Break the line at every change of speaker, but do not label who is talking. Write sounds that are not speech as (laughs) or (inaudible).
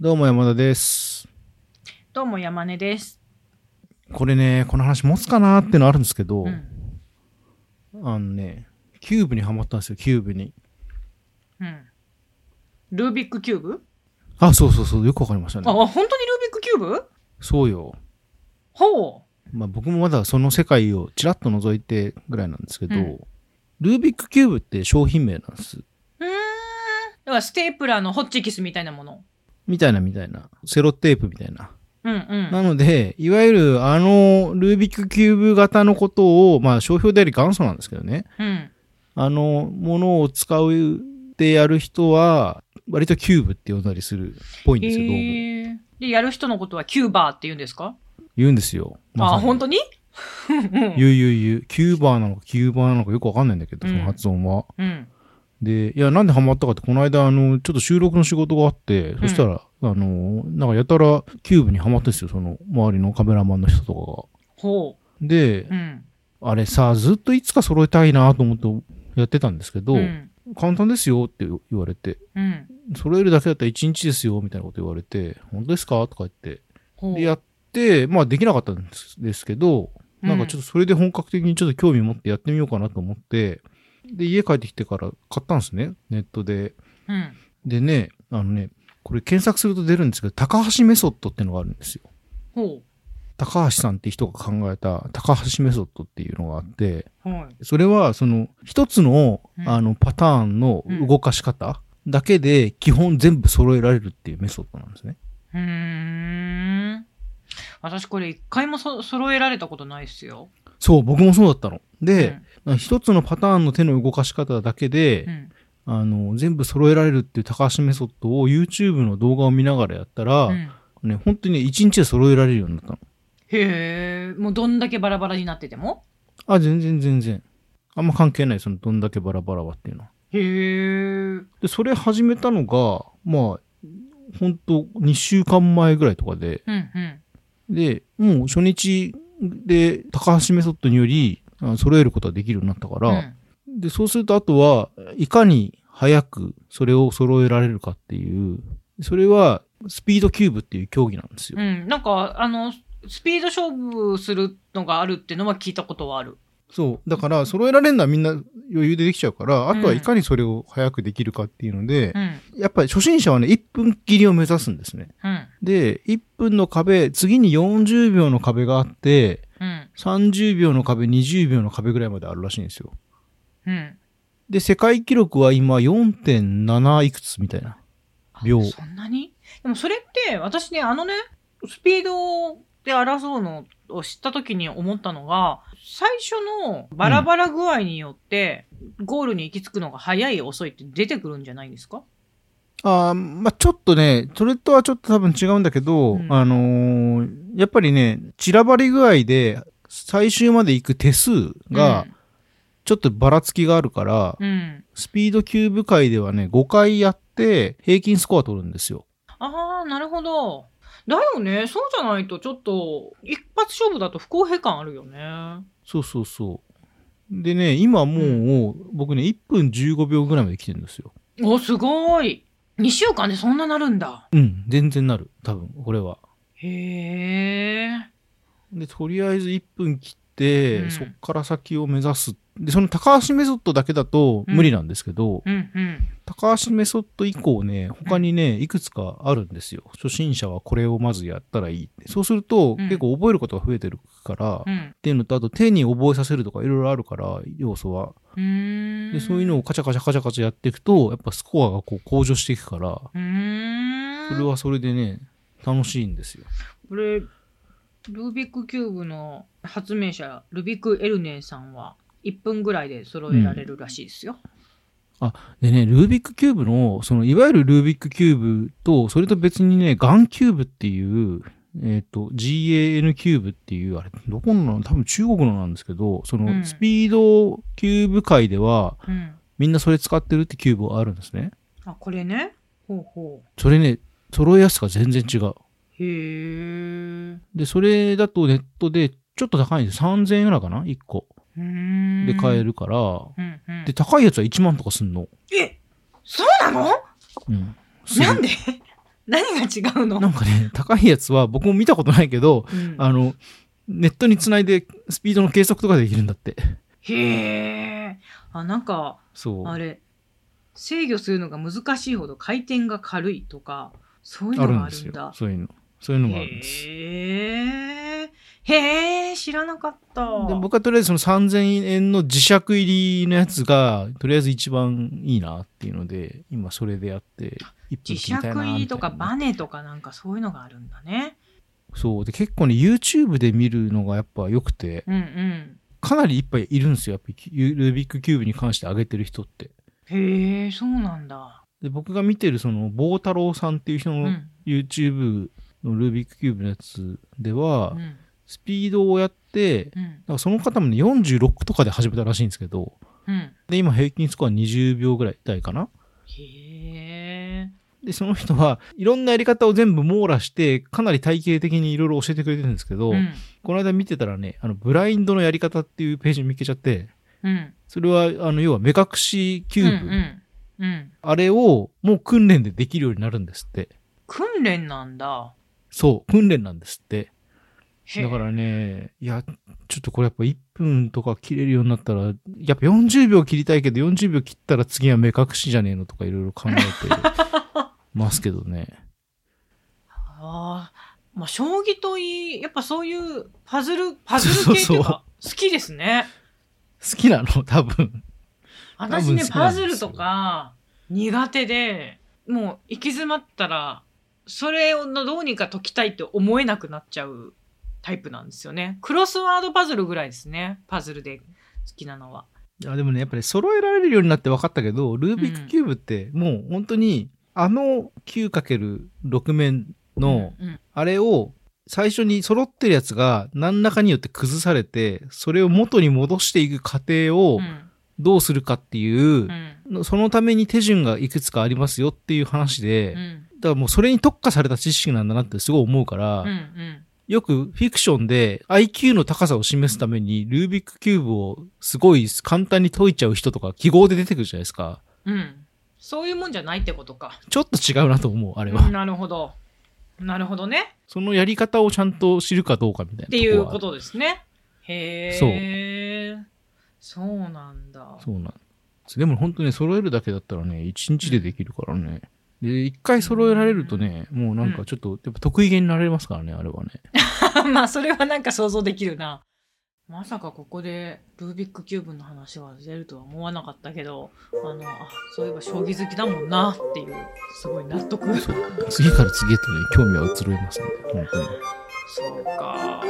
どうも山田です。
どうも山根です。
これね、この話持つかなーってのあるんですけど、
うん。
あのね、キューブにハマったんですよ、キューブに。
うん。ルービックキューブ、
あ、そうそうそう、よくわかりました
あ、
ね。
本当にルービックキューブ
そうよ。
ほ
まあ僕もまだその世界をちらっと覗いてぐらいなんですけど、
うん
ルービックキューブって商品名なんです。
う。うーん。だからステープラーのホッチキスみたいなもの。
みたいなみたいな。セロテープみたいな。
うんうん。
なので、いわゆるあのルービックキューブ型のことを、まあ商標であり元祖なんですけどね。
うん。
あの、ものを使うでやる人は、割とキューブって呼んだりするっぽいん
え
ですよ、どうも。
ー、で、やる人のことはキューバーって言うんですか、
言うんですよ。
あ、本
当
当にう
言う
ん
言う言う。キューバーなのかキューバーなのかよくわかんないんだけど、
う
そ
ん
の発音は。
うん。
で、いや、なんでハマったかって、この間、あの、ちょっと収録の仕事があって、そしたら、あの、なんかやたらキューブにハマったんですよ、その、周りのカメラマンの人とか
ほ
が。で
う。う、ん。
あれさ、ずっといつか揃えたいなと思ってやってたんですけど、
ん。
簡単ですよって言われて、
うん。
揃えるだけだったら1日ですよ、みたいなこと言われて、本当ですかとか言って。
ほう。
で、やって、まあできなかったんですですけど、なんかちょっとそれで本格的にちょっと興味持ってやってみようかなと思って、で、家帰ってきてから買ったんですね、ネットで。
うん。うん。
でね、あのね、これ検索すると出るんですけど、高橋メソッドってのがあるんですよ。
ほ
高橋さんって人が考えた高橋メソッドっていうのがあって、
う。はい。
それはその一つの
うん
あのパターンの動かし方だけで基本全部揃えられるっていうメソッドなんですね。
うーん。私これ一回もそ揃えられたことないっすよ。
そう、僕もそうだったの。
うん
で、一つのパターンの手の動かし方だけで、
うん、
あの、全部揃えられるっていう高橋メソッドを YouTube の動画を見ながらやったら、
うん
ね、本当にね、一日で揃えられるようになったの。
へえもうどんだけバラバラになってても
あ、全然全然。あんま関係ない、その、どんだけバラバラはっていうのは。
へえ
で、それ始めたのが、まあ、ほんと、2週間前ぐらいとかで、
うんうん
で、もう初日で高橋メソッドにより、あ揃えることができるようになったから、
うん
で、そうすると、あとは、いかに早くそれを揃えられるかっていう、それは、スピードキューブっていう競技なんですよ。
うん、なんかあのスピード勝負するのがあるっていうのは聞いたことはある
そう。だから、揃えられるのはみんな余裕でできちゃうから、あとはいかにそれを早くできるかっていうので
う、ん
やっぱり初心者はね、1分切りを目指すんですね。
うん
で、1分の壁、次に40秒の壁があって、
うん
30秒の壁、20秒の壁ぐらいまであるらしいんですよ。
うん
で、世界記録は今4.7いくつみたいな。
あ
秒
そんなにでもそれって私ねあのねスピードで争うのを知った時に思ったのが最初のバラバラ具合によって、ゴールに行き着くのが早い遅いって出てくるんじゃないんですか
あーまあ、ちょっとね、それとはちょっと多分違うんだけど、
うん
あのーやっぱりね、散らばり具合で最終まで行く手数が、ちょっとばらつきがあるから、
うん、うん、
スピードキューブ界ではね、5回やって平均スコア取るんですよ。
ああ、なるほど。だよね。そうじゃないと、ちょっと、一発勝負だと不公平感あるよね。
そうそうそう。でね、今もう、僕ね、1分15秒ぐらいまで来てるんですよ。
お、すごい。2週間でそんななるんだ。
うん、全然なる。多分、これは。
へえ。
で、とりあえず1分切って、
うん
そっから先を目指す。で、その高橋メソッドだけだと無理なんですけど、
うんうん。
高橋メソッド以降ね、他にね、いくつかあるんですよ。初心者はこれをまずやったらいいって。そうすると、
うん
結構覚えることが増えてるから、っ
うん。
ていうのと、あと手に覚えさせるとかいろいろあるから、要素は。
うーん。
で、そういうのをカチャカチャカチャカチャやっていくと、やっぱスコアがこう向上していくから、
う
そ
ー
れ
ん。
はそれでね、楽しいんですよ。
これ、ルービックキューブの発明者、ルビック・エルネンさんは、1分ぐらいで揃えられるらしいですよ。
でね、ルービックキューブの、その、いわゆるルービックキューブと、それと別にね、ガンキューブっていう、えっ、と、GAN キューブっていう、あれ、どこのなの多分中国のなんですけど、そうの、
ん
スピードキューブ界では、
うん。
みんなそれ使ってるってキューブがあるんですね。
あ、これね。ほうほ
それね、揃えやすさが全然違う。
う。へえ。
で、それだとネットで、ちょっと高いんです。3000円ぐらいかな ?1 個。で
で
買え。るから、
うんうん、
で、高いやつは1万とかすんの。
えそうなの
うん。すごい
なんで (laughs) 何が違うの
なんかね、高いやつは僕も見たことないけど、
うん
あの、ネットにつないでスピードの計測とかできるんだって。
へえ。あ、なんか、
そう。
あれ、制御するのが難しいほど回転が軽いとか、そういうのがあるんだ。
そういうの。そういうのがあるんです。
へえ。へえ、知らなかった。
で僕はとりあえずその3000円の磁石入りのやつが、とりあえず一番いいなっていうので、今それでやって、一分
磁石
切りたいなみたいな
入りとかバネとかなんかそういうのがあるんだね。
そう。で、結構ね、YouTube で見るのがやっぱ良くて、
うんうん。
かなりいっぱいいるんですよ。やっぱり、ルービックキューブに関して上げてる人って。
へえ、そうなんだ。
で、僕が見てるその、棒太郎さんっていう人
う
の
ん。
YouTube のルービックキューブのやつでは、
うん。
スピードをやって、だ
うん。
からその方もね、46とかで始めたらしいんですけど、
うん。
で、今平均スコア20秒ぐらい台かな。
へえ。
で、その人はいろんなやり方を全部網羅して、かなり体系的にいろいろ教えてくれてるんですけど、
うん。
この間見てたらね、あの、ブラインドのやり方っていうページ見つけちゃって、
うん。
それは、あの、要は目隠しキューブ、
うんうん。うん。
あれをもう訓練でできるようになるんですって。
訓練なんだ。
そう、訓練なんですって。
へえ
だからね、いや、ちょっとこれやっぱ1分とか切れるようになったら、やっぱ40秒切りたいけど、40秒切ったら次は目隠しじゃねえのとかいろいろ考え (laughs) てますけどね。
ああ、まあ、将棋といい、やっぱそういうパ
(laughs)
ズル、パズル系っていうか、好きですね。
好きなの (laughs) 多分。
私ね
多分、そうなん
パ
です
ズ
よ
ルとか苦手で、もう行き詰まったら、それをどうにか解きたいって思えなくなっちゃうタイプなんですよね。クロスワードパズルぐらいですね。パズルで好きなのは。
いやでもね、やっぱり揃えられるようになって分かったけど、ルービックキューブってもう本当に、あの 9×6 面の、
うんうん
あれを最初に揃ってるやつが何らかによって崩されて、それを元に戻していく過程を
うん
どうするかっていうう、
ん
そのために手順がいくつかありますよっていう話で、
うん
だからもうそれに特化された知識なんだなってすごい思うから、
うんうん
よくフィクションで IQ の高さを示すためにルービックキューブをすごい簡単に解いちゃう人とか記号で出てくるじゃないですか。
うんそういうもんじゃないってことか。
ちょっと違うなと思う、あれは。
うんなるほど。なるほどね。
そのやり方をちゃんと知るかどうかみたいな。
っていうことですね。へえ。そう。そうなんだ。
そうなんです。でも本当ね、揃えるだけだったらね、一日でできるからね。で、一回揃えられるとね、もうなんかちょっと、やっぱ得意げになれますからね、あれはね。
(laughs) まあ、それはなんか想像できるな。まさかここでルービックキューブの話が出るとは思わなかったけど、あの、あそういえば将棋好きだもんなっていう、すごい納得。
そう。次から次へとね、興味は移ろいますね、本当に。
そうか。